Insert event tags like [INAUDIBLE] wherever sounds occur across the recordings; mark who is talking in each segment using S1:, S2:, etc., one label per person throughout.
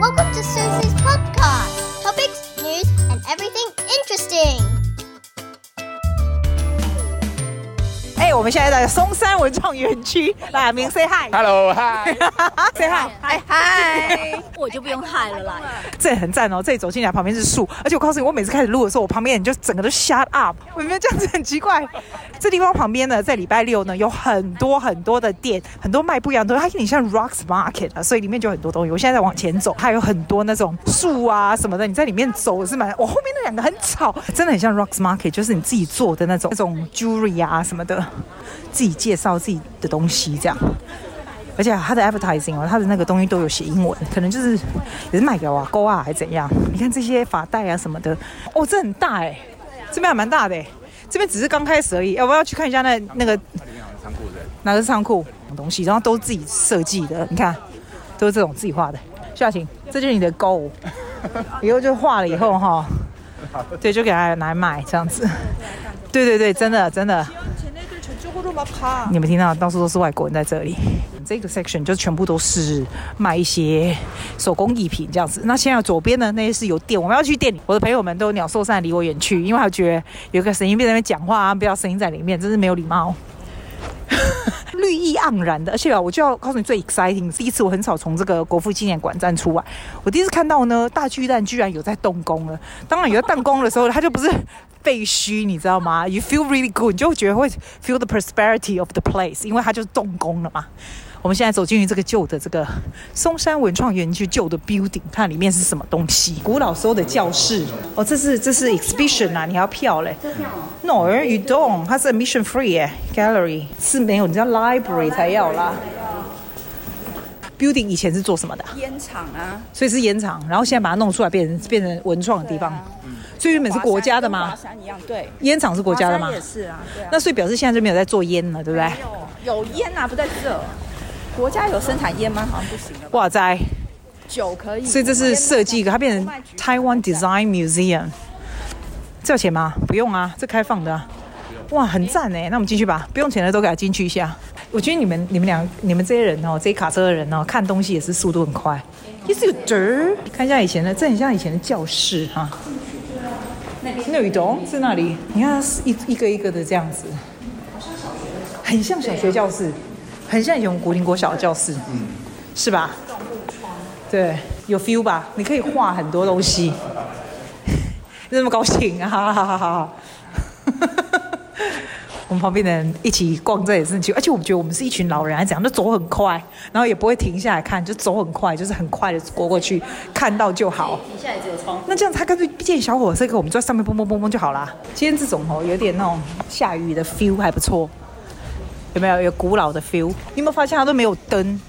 S1: welcome to Susie's podcast. Topics, news, and everything interesting.
S2: 哎、我们现在在松山文创园区，来，明 say hi，say
S3: Hello，嗨，
S2: hi，哎嗨，
S4: 我就不用害了啦。
S2: 这很赞哦，这里走进来旁边是树，而且我告诉你，我每次开始录的时候，我旁边人就整个都 shut up，有没有这样子很奇怪？这地方旁边呢，在礼拜六呢有很多很多的店，很多卖不一样的东西，它有点像 Rocks Market 啊，所以里面就很多东西。我现在在往前走，还有很多那种树啊什么的，你在里面走是蛮，我哦后面那两个很吵，真的很像 Rocks Market，就是你自己做的那种那种 jewelry 啊什么的，自己介绍自己的东西这样。而且它的 advertising 哦，它的那个东西都有写英文，可能就是也是卖给瓦沟啊，还是怎样？你看这些发带啊什么的，哦，这很大哎、这边还蛮大的哎、这边只是刚开始而已，哎要不要去看一下那那个
S3: 它里面好像仓库对，
S2: 哪个仓库东西？然后都自己设计的，你看，都是这种自己画的。夏晴，这就是你的
S3: [LAUGHS]
S2: goal，以后就画了以后哈，对，就给它拿来卖这样子。对对对，真的真的。你们听到到处都是外国人在这里。这个 section 就全部都是卖一些手工艺品这样子。那现在左边呢，那些是有店，我们要去店里。我的朋友们都鸟兽散，离我远去，因为他觉得有一个神经病在那边讲话啊，不要声音在里面，真是没有礼貌。 [LAUGHS] 绿意盎然的，而且啊，我就要告诉你最 exciting，第一次我很少从这个国父纪念馆站出来，我第一次看到呢，大巨蛋居然有在动工了。当然有在动工的时候，它就不是废墟，你知道吗？You feel really good，你就觉得会 feel the prosperity of the place，因为它就是动工了嘛。我们现在走进去这个旧的这个松山文创园区旧的 building，看里面是什么东西。古老时候的教室哦，这是这是 exhibition 啊，你还要票嘞？No, you don't，它是 admission free 哎，gallery 是没有，你要 library 才要啦。building 以前是做什么的啊、
S4: 烟厂啊，
S2: 所以是延长，然后现在把它弄出来变成变成文创的地方。所以原本是国家的嘛
S4: 啊华，山一样，对，
S2: 烟厂是国家的嘛
S4: 华山，也是啊，对啊。
S2: 那所以表示现在就没有在做烟了，对不对？
S4: 有有烟啊，不在这。国家有生产烟吗？好像不行了吧。
S2: 哇塞！
S4: 酒可以，
S2: 所以这是设计，啊它变成 Taiwan Design Museum。这要钱吗？不用啊，这开放的、啊。哇，很赞哎！那我们进去吧，不用钱的都给它进去一下。我觉得你们、你们俩、你们这些人哦，这一卡车的人哦，看东西也是速度很快。Yes, you do。看一下以前的，这很像以前的教室哈。那雨懂是那里，你看它是一一个一个的这样子，很像小学教室，很像以前我们国林国小的教室，嗯，是吧？对，有 feel 吧？你可以画很多东西， [LAUGHS] 你怎么高兴啊？哈哈哈哈！ [LAUGHS] 我们旁边的人一起逛这也是很奇怪，而且我们觉得我们是一群老人，还是怎样，就走很快，然后也不会停下来看，就走很快，就是很快的过过去，看到就好。那这样他干脆建小火车给我们，就在上面蹦蹦蹦蹦就好啦。今天这种哦，有点那种下雨的 feel 还不错，有没有？有古老的 feel。你有没有发现它都没有灯，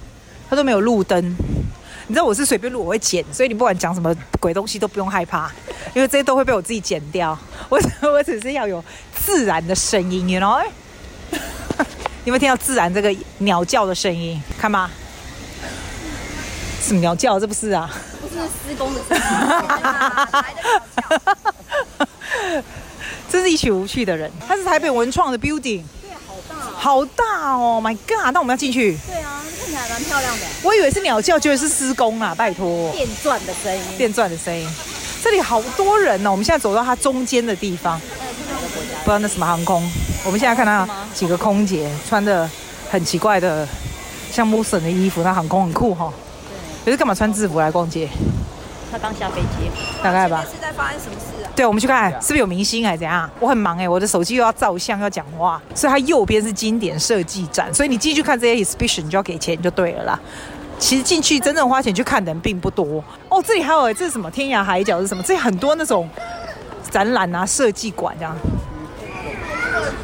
S2: 它都没有路灯？你知道我是随便录，我会剪，所以你不管讲什么鬼东西都不用害怕，因为这些都会被我自己剪掉。我只我只是要有自然的声音，you know？你有没有听到自然这个鸟叫的声音？看吧，什么鸟叫？这不是啊？
S4: 不是施工的声音。
S2: [LAUGHS] 真是一群无趣的人。它是台北文创的 building，对，好大、好大哦，My God！那我们要进去，
S4: 对啊，看起来蛮漂亮的，
S2: 我以为是鸟叫，觉得是施工啊，拜托，
S4: 电钻的声音。
S2: 电钻的声音。这里好多人呢、哦，我们现在走到它中间的地方，不知道那什么航空。我们现在看到几个空姐穿的很奇怪的，像 m o s o n 的衣服，那航空很酷哈、哦。可是干嘛穿制服来逛街？
S4: 他刚下飞机，
S2: 大概吧。
S4: 是在发生什么事啊？
S2: 对，我们去看是不是有明星还是怎样？我很忙哎、我的手机又要照相，要讲话，所以它右边是经典设计展，所以你进去看这些 exhibition 你就要给钱就对了啦。其实进去真正花钱去看的人并不多哦。这里还有这是什么天涯海角是什么？这里很多那种展览啊、设计馆这样。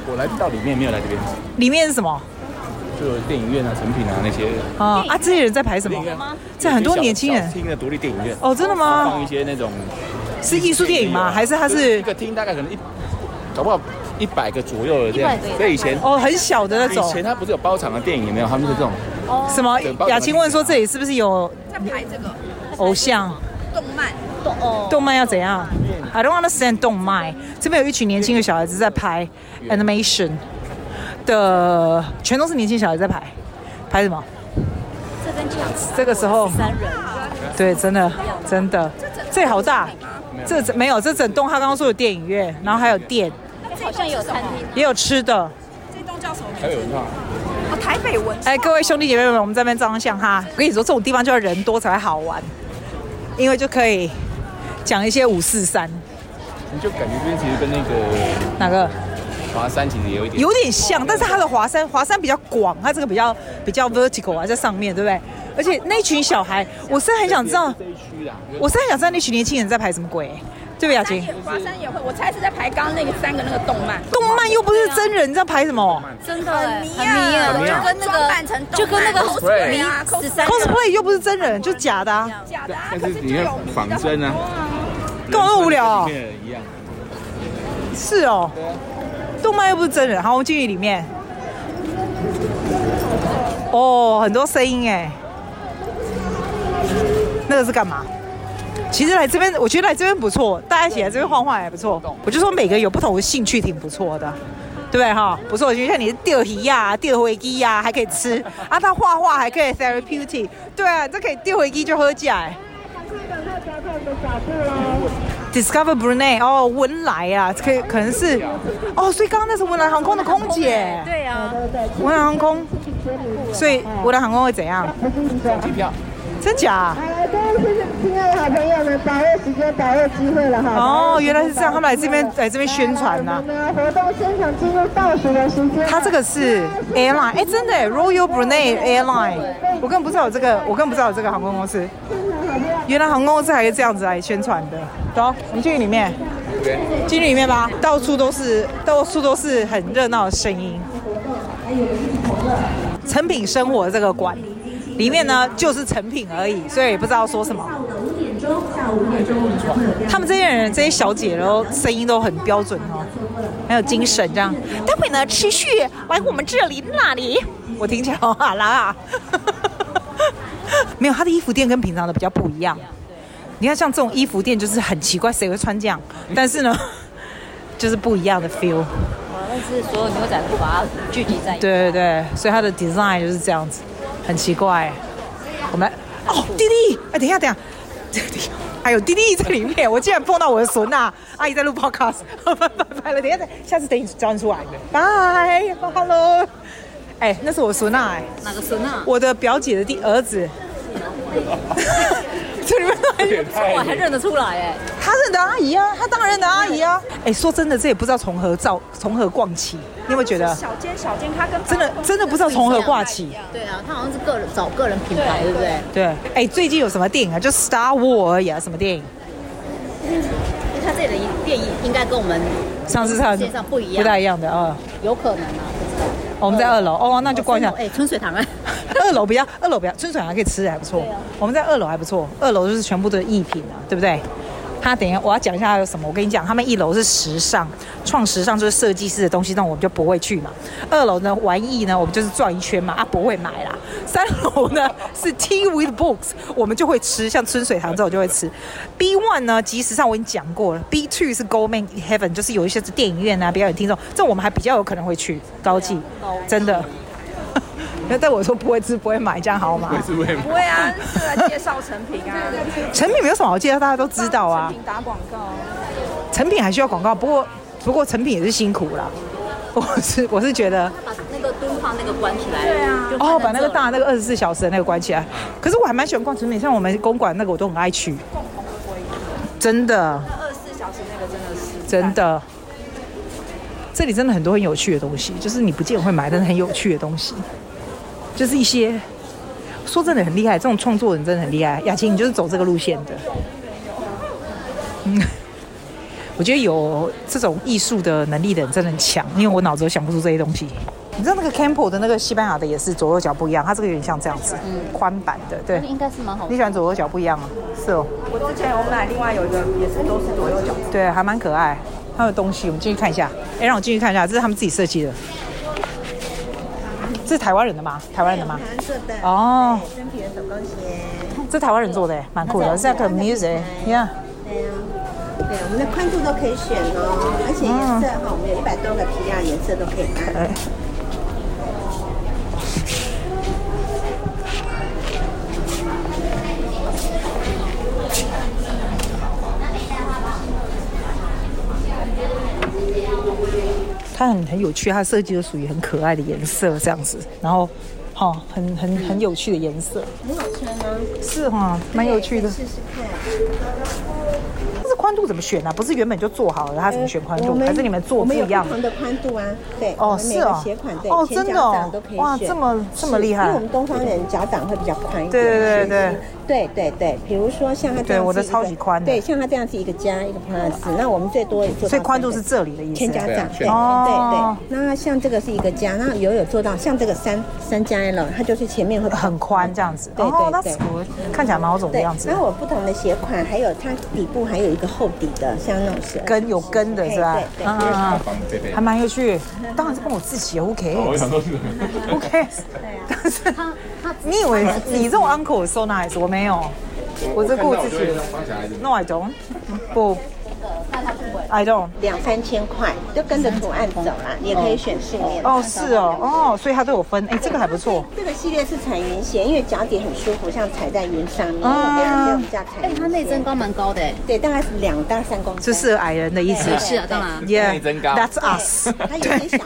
S3: 我来到里面没有来这边，
S2: 里面是什么
S3: 就有电影院啊、成品啊那些。
S2: 啊啊？这些人在排什么？这很多年轻人
S3: 听的独立电影院。
S2: 哦，真的
S3: 它放
S2: 吗
S3: 一？些那种
S2: 是艺术电影吗？还是它
S3: 就是
S2: 是
S3: 一个厅大概可能一，搞不好一百个左右的这样
S4: 100个。
S3: 所以以前
S2: 哦很小的那
S3: 以
S2: 种
S3: 前？它不是有包场的电影有没有？他们是这种
S2: 什么
S3: 对包？括
S2: 雅青问说这里是不是有
S4: 在排这个
S2: 偶像？
S4: 动漫。动哦，
S2: 动漫要怎样？I don't understand 动漫。这边有一群年轻的小孩子在拍 animation 的，全都是年轻小孩在拍，拍什么？
S4: 这跟这样子
S2: 这个时候
S4: 三人
S2: 对，真的真的，这好大，这整没有这整栋他刚刚说有电影院，然后还有店，
S4: 好像也有餐厅。
S2: 也有吃的。
S4: 这栋叫什么名字？
S3: 还有人唱，
S4: 哦，台北文创。
S2: 哎，各位兄弟姐妹们，我们在那边照张相哈。我跟你说，这种地方就要人多才会好玩，因为就可以讲一些五四三
S3: 你就感觉这边其实跟那个
S2: 哪个
S3: 华山其实也有一点
S2: 有点像，但是它的华山华山比较广，它这个比较比较 vertical 啊，在上面对不对？而且那群小孩，我是很想知
S3: [LAUGHS]
S2: 道
S3: 这，一区啦，
S2: 我是很想知道那群年轻人在排什么鬼、对不对，雅
S4: 山
S2: 琴？
S4: 也华山也会，我猜是在排刚刚那个三个那个动漫。
S2: 动漫又不是真人，你在排什么
S5: 真的哎很迷
S4: 啊
S5: 很迷啊，就跟那
S4: 装扮
S5: 个
S4: 成动漫
S5: 就跟那个
S3: cosplay
S5: 迷
S4: 啊
S5: 十三个
S2: cosplay 又不是真人，就假的、啊，
S4: 假的啊，
S3: 但
S4: 可
S3: 是
S4: 是
S3: 你看
S4: 就有名的
S3: 仿真啊
S4: 很多啊
S2: 干嘛那么无聊啊
S3: 跟里面的一样，
S2: 是哦。动漫又不是真人，好，我们进去里面。哦，很多声音哎，那个是干嘛？其实来这边，我觉得来这边不错，大家一起来这边晃晃也不错。我就说每个有不同的兴趣，挺不错的，对不对哈？不错，就像你是钓鱼呀、钓回鸡呀，还可以吃啊。他画画还可以 therapeutic，对啊，这可以钓回鸡就喝起来。Discover Brunei 哦，文莱啊，可以可能是哦，所以刚刚那是文莱航空的空姐，
S5: 对啊，
S2: 文莱航空，所以文莱航空会怎样？
S3: 机票
S2: 真假啊、
S6: 好各位亲爱的好朋友们，把握时间，把握机会了哈！
S2: 哦，原来是这样，他们来这边来这边宣传啊呐、
S6: 那活动现场进入倒数的时间，
S2: 它这个是 airline，哎、真的耶，Royal Brunei Airline，我根本不知道有这个，我根本不知道有这个航空公司。原来航空公司还是这样子来宣传的。走，我们进去里面，进去里面吧，到处都是，到处都是很热闹的声音。成品生活这个馆里面呢，就是成品而已，所以也不知道说什么。他们这些人，这些小姐，然后声音都很标准哦，很有精神这样。待会呢，持续来我们这里那里，我听起来好哈啦啊。 [LAUGHS] 没有，他的衣服店跟平常的比较不一样。你看，像这种衣服店就是很奇怪，谁会穿这样？但是呢， [LAUGHS] 就是不一样的 feel。
S5: 但是所有牛仔裤把它聚集在一起。
S2: 对对对，所以它的 design 就是这样子，很奇怪。我们来哦，弟弟，哎，等一下，等一下， [LAUGHS] 弟弟，还有弟弟在里面，我竟然碰到我的孙呐、阿姨在录 podcast，拜 [LAUGHS] 拜拜了，等一下，等下次等你叫你出来，拜，hello，哎，那是我孙呐、哎，
S5: 哪个孙啊？
S2: 我的表姐的弟儿子， [LAUGHS] 这里面都还有
S5: 我还认得出来哎，
S2: 他认得阿姨啊，他当然认得阿姨啊。哎，说真的，这也不知道从何照，从何逛起，你有没有觉得？
S4: 小间小间，它跟
S2: 真的真的不知道从何挂起。
S5: 对啊，他好像是个人找个人品牌，对不对？
S2: 对，哎、最近有什么电影啊？就 Star War 而已啊，什么电影？
S5: 因为他这里的电影应该跟我们
S2: 上次上
S5: 世界上不一样
S2: 不大一样的啊、
S5: 有可能啊，不知道。
S2: 哦我们在二楼哦，那就逛一下。
S5: 哎，春水堂哎，
S2: 二楼比较，二楼比较，春水还可以吃，还不错。我们在二楼还不错，二楼就是全部的艺品啊，对不对？他等一下，我要讲一下还有什么。我跟你讲，他们一楼是时尚，创时尚就是设计师的东西，那我们就不会去嘛。二楼呢，玩艺呢，我们就是转一圈嘛，啊，不会买啦。三楼呢是 Tea with Books，我们就会吃，像春水堂这种就会吃。B one 呢，即时上我已经讲过了，B two 是 Goldman Heaven，就是有一些是电影院啊，表演厅这种，这我们还比较有可能会去高技，真的。那但我说不会吃不会买，这样好吗？
S3: 是不是？
S4: 不会啊，是来介绍成品啊，
S2: 成品没有什么好介绍，大家都知道啊
S4: 成。品打广告。
S2: 成品还需要广告，不过不过成品也是辛苦啦。我是我是觉得
S5: 把那个敦煌那个关起来。
S4: 对啊
S5: 就放在
S2: 哦，把那个
S5: 这
S2: 大那个二十四小时的那个关起来。可是我还蛮喜欢逛成品，像我们公馆那个我都很爱去。真的
S4: 二十四小时那个真的是
S2: 真的，这里真的很多很有趣的东西，就是你不见得会买，但是很有趣的东西，就是一些说真的很厉害，这种创作人真的很厉害。雅琴，你就是走这个路线的。 [LAUGHS] 我觉得有这种艺术的能力的人真的很强，因为我脑子都想不出这些东西。你知道那个 Campo 的那个西班牙的也是左右脚不一样，它这个有点像这样子，
S4: 嗯
S2: 宽版的。对
S5: 个，应该是蛮好
S2: 你喜欢左右脚不一样吗？是哦，
S4: 我之前我买另外有一个也是都是左右脚，
S2: 对，还蛮可爱。还有东西，我们进去看一下。哎，让我进去看一下，这是他们自己设计的。这是台湾人的吗？台湾人的吗？
S6: 蓝色的
S2: 哦，
S6: 真皮的手工鞋，
S2: 这台湾人做的，蛮酷的。是那个 music，yeah。
S6: 对呀、对，我们的宽度都可以选哦，而且颜色哈、我们有一百多个皮料，颜色都可以搭。
S2: 哎它很很有趣，它设计就属于很可爱的颜色这样子，然后好、哦、很很很有趣的颜色，
S6: 很好穿啊，
S2: 是哈、蛮有趣的。
S6: 试试看。
S2: 这宽度怎么选啊？不是原本就做好了，它怎么选宽
S6: 我
S2: 度？
S6: 们
S2: 还是你们做
S6: 我
S2: 不
S6: 们有
S2: 一
S6: 不
S2: 样？
S6: 同的宽度啊，对，我
S2: 哦，
S6: 们
S2: 是
S6: 每个
S2: 哦
S6: 鞋款，对，
S2: 哦，
S6: 前
S2: 真的
S6: 脚掌
S2: 哦
S6: 都可以，选
S2: 哇，这么这么厉
S6: 因为
S2: 害
S6: 我，们东方人脚掌会比较宽一点，
S2: 对对对对
S6: 对对对，比如说像他这样是一个，
S2: 对我的超级宽的
S6: 对，像他这样是一个加一个 plus，那我们最多也做到三个，
S2: 所以宽度是这里的意
S6: 前
S2: 思
S6: 脚。掌，对
S3: 对
S2: 啊
S6: 对对。那像这个是一个加，那有有做到，像这个三三加 L，它就是前面会
S2: 很宽这样子，
S6: 对
S2: 哦
S6: 对
S2: ，that's
S6: 对。
S2: good，看起来蛮好走的
S6: 对
S2: 样，子
S6: 然，后我不同的鞋款，还有它底部还有一个厚底的，像那种鞋
S2: 跟有跟的是吧
S6: 对？对对
S2: 啊啊
S3: 他
S2: 啊
S3: 帮贝贝
S2: 还。蛮有趣，当然是跟我自己 OK。
S3: 我想说，
S2: 不 care。但是
S6: 啊
S2: [LAUGHS] 你以为你这种 uncle 是 so nice，我没有，我这顾自己的。No, I don't. 不，I don't.
S6: 两三千块，就跟着图案走啦，也可以选训练。
S2: 嗯哦，是哦，哦，所以他都有分，哎，这个还不错。
S6: 这个系列是踩云鞋，因为脚底很舒服，像踩在云上面。
S2: 啊
S6: 对啊，所以我们叫踩
S5: 哎
S6: 云，鞋。
S5: 它内增高蛮高的哎。
S6: 对，大概是两到三公分。
S2: 这是矮人的意思。
S5: 是啊，当然。
S2: Yeah,
S3: 内增高
S2: that's us.
S6: 哎它有点小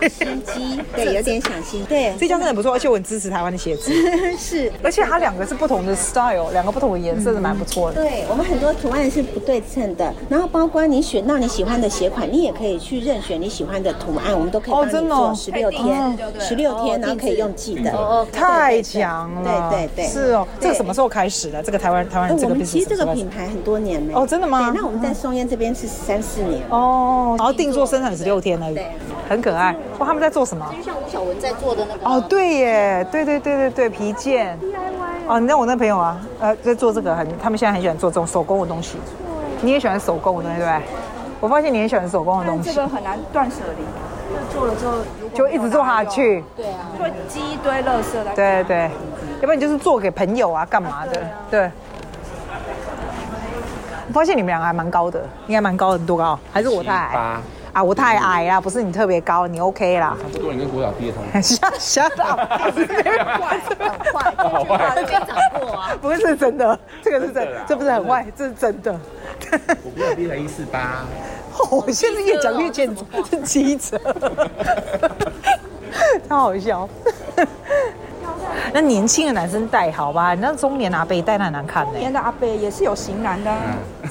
S2: [LAUGHS]
S6: 心机，对，有点小心。对，
S2: 这家真的不错，而且我很支持台湾的鞋子，
S6: 是。
S2: 而且它两个是不同的 style，两个不同的颜色是蛮不错的。
S6: 对我们很多图案是不对称的，然后包括你选到你喜欢的鞋款，你也可以去任选你喜欢的图案，我们都可以
S2: 哦
S6: 帮你
S2: 真的哦
S6: 做十六天，十六
S2: 哦
S6: 天，然后可以用寄的。
S5: 哦，
S2: 太强了，
S6: 对对对
S2: 是哦。这个
S6: 对
S2: 什么时候开始的？这个台湾台湾
S6: 哎，
S2: 人这
S6: 我
S2: 个
S6: 们
S2: business
S6: 其实这
S2: 什
S6: 个
S2: 么时候
S6: 品牌很多年了。
S2: 哦真的吗
S6: 对，那我们在松烟这边是三四年。
S2: 哦，然后定做生产十六天而已，很可爱。哇，他们在做什么？
S5: 就像吴晓文在做的那个
S2: 哦，对耶，对对对对对，皮件。哦，你知道我那朋友啊，呃，在做这个很，他们现在很喜欢做这种手工的东西。你也喜欢手工的东西，对不对？我发现你也喜欢手工的
S4: 但
S2: 东
S4: 这
S2: 西，
S4: 个很难断舍离，
S2: 就一直做下去。
S4: 会积一堆垃圾来。
S2: 对对，要不然你就是做给朋友啊，干嘛的？对。我发现你们两个还蛮高的，应该蛮高的，你多高？还是我太
S3: 七
S2: 矮
S3: 八？
S2: 啊，我太矮啦，不是你特别高，你 OK 啦。
S3: 差不多你跟国小毕业同
S2: 吓吓到，
S3: 好坏，
S5: 被掌过啊，
S2: 不是真的，这个是真
S3: 真的啦
S2: 这不是很坏，这是真的。
S3: 我国小毕业才一四八，
S2: 哦我现在越讲越见是 [LAUGHS] 七折，超好笑。 [LAUGHS] 那年轻的男生戴好吧，你那中年拿背戴那很难看呢、
S4: 年的阿伯也是有型男的啊，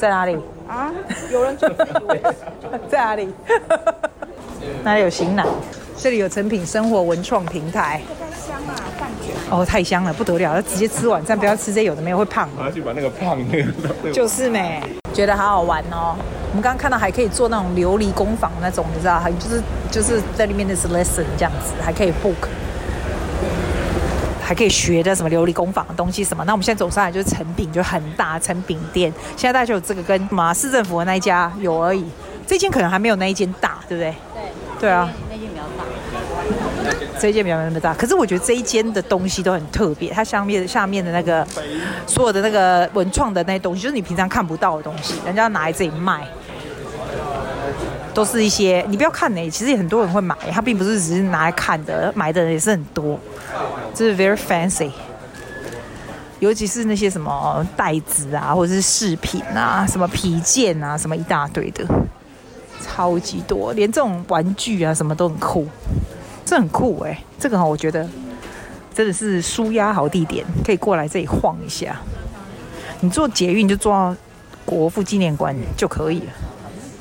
S2: 在哪里？ [LAUGHS]
S4: 啊有人总是以为
S2: 在哪里？ [LAUGHS] 哪里有型男？这里有成品生活文创平台。哦，太香了，不得了！直接吃晚餐，不要吃这有的没有会胖。
S3: 我要去把那个胖那个
S2: 就是没，觉得好好玩哦。我们刚刚看到还可以做那种琉璃工坊那种，你知道，还就是就是在里面的是 lesson 这样子，还可以 book，还可以学的什么琉璃工坊的东西什么。那我们现在走上来就是成品，就很大成品店。现在大家就有这个跟马市政府的那一家有而已，这间可能还没有那一间大，对不对？对。对啊。
S5: 那些比较大。
S2: 这一件没有那么大，可是我觉得这一间的东西都很特别，它下面下面的那个所有的那个文创的那些东西，就是你平常看不到的东西，人家拿来这里卖，都是一些你不要看呢、欸其实很多人会买，它并不是只是拿来看的，买的人也是很多，就是 very fancy。尤其是那些什么袋子啊，或者是饰品啊，什么皮件啊，什么一大堆的，超级多，连这种玩具啊什么都很酷。这很酷哎、这个哈、我觉得真的是舒压好地点，可以过来这里晃一下。你坐捷运就坐到国父纪念馆就可以了，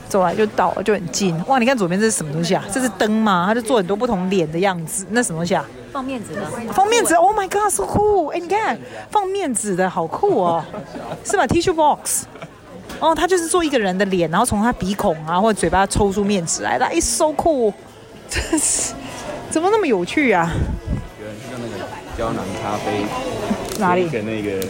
S2: 走来就到了，就很近。哇，你看左边这是什么东西啊？这是灯吗？它就做很多不同脸的样子，那什么东西啊？
S5: 放面子的，
S2: 放面纸，Oh my God，so cool！哎、你看放面纸的好酷哦，是吧？Tissue box，哦，它就是做一个人的脸，然后从他鼻孔啊或者嘴巴抽出面纸来，它 is so cool，真是怎么那么有趣啊？
S3: 胶囊咖啡，
S2: 哪里
S3: 一？个那个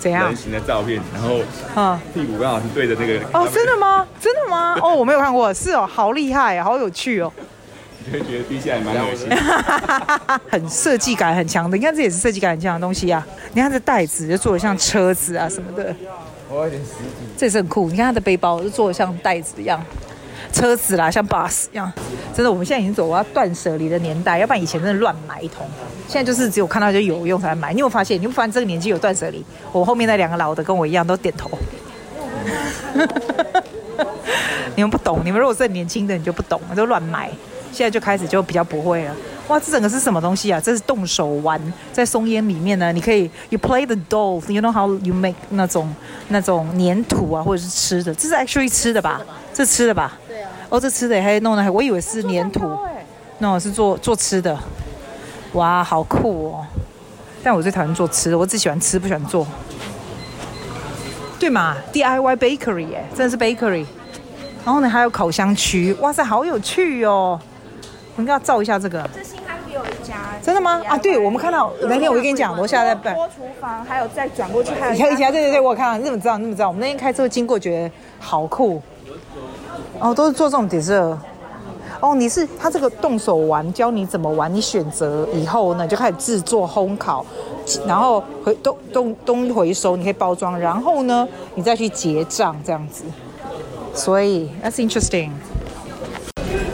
S2: 怎样
S3: 人？形的照片，然后
S2: 啊、
S3: 屁股刚好是对着那个咖
S2: 哦，
S3: 啡
S2: 真的吗？真的吗？哦，我没有看过，是哦，好厉害，好有趣哦， [LAUGHS]
S3: 你会觉得低下来蛮恶心的。
S2: 很设计感很强的。你看，这也是设计感很强的东西啊。你看这袋子就做的像车子啊什么的，
S3: 我有点死
S2: 这也是很酷。你看他的背包就做的像袋子一样，车子啦，像 bus 一样。真的，我们现在已经走到断舍离的年代，要不然以前真的乱买一通。现在就是只有看到就有用才买。你有没有发现？你有没有发现这个年纪有断舍离？我后面那两个老的跟我一样都点头。 [LAUGHS] 你们不懂，你们如果是很年轻的，你就不懂，都乱买。现在就开始就比较不会了。哇，这整个是什么东西啊？这是动手玩，在松烟里面呢，你可以 you play the dolls，you know how you make 那种那种粘土啊，或者是吃的，这是 actually 吃的吧？这吃的吧？对啊。哦，这吃的还弄的，我以为是粘土，那我是做做吃的。哇，好酷哦！但我最讨厌做吃的，我只喜欢吃，不喜欢做。对嘛？DIY bakery 哎、真的是 bakery。然后呢，还有烤箱区，哇塞，好有趣哦！我应该要照一下这个。
S4: 这新开有一家，
S2: 真的吗？啊，对，我们看到那天我就跟你讲，楼下在办。
S4: 锅厨房，还有再转过去还有
S2: 你看一家，对对对，我看到，你怎么知道？你怎么知道？我们那天开车经过，觉得好酷。哦，都是做这种 dessert。哦，你是他这个动手玩，教你怎么玩，你选择以后呢，就开始制作烘烤，然后回东东东回收，你可以包装，然后呢，你再去结账这样子。所以 that's interesting。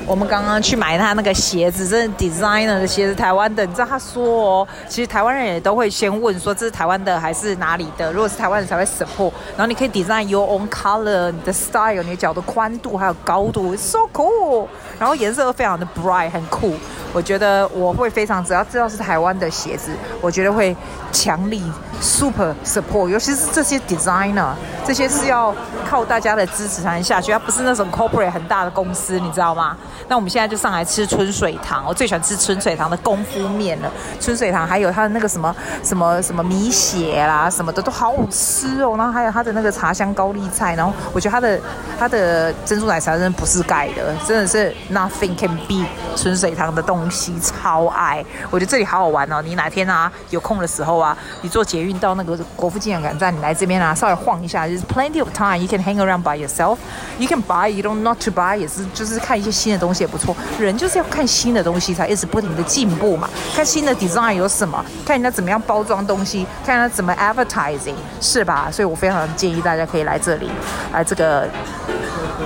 S2: 我们刚刚去买他那个鞋子，真的 designer 的鞋子，台湾的。你知道他说哦，其实台湾人也都会先问说这是台湾的还是哪里的。如果是台湾人才会 support。然后你可以 design your own color，你的 style，你的脚的宽度还有高度，so cool。然后颜色都非常的 bright，很酷。我觉得我会非常，只要知道是台湾的鞋子，我觉得会强力 super support，尤其是这些 designer，这些是要靠大家的支持才能下去，它不是那种 corporate 很大的公司，你知道吗？那我们现在就上来吃春水堂，我最喜欢吃春水堂的功夫面了。春水堂还有它的那个什么什么什么米血啦什么的都好好吃哦，然后还有它的那个茶香高丽菜，然后我觉得它的它的珍珠奶茶真的不是盖的，真的是 nothing can be 春水堂的东西，超爱。我觉得这里好好玩哦，你哪天啊有空的时候啊，你坐捷运到那个国父纪念馆站，你来这边啊稍微晃一下，就是 plenty of time you can hang around by yourself, you can buy, you don't not to buy 也是就是看一些新的东西也不错。人就是要看新的东西才一直不停的进步嘛，看新的 design 有什么，看人家怎么样包装东西，看人家怎么 advertising 是吧？所以我非常建议大家可以来这里，来这个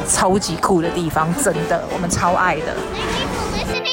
S2: 超级酷的地方，真的我们超爱的。
S1: Thank you for listening.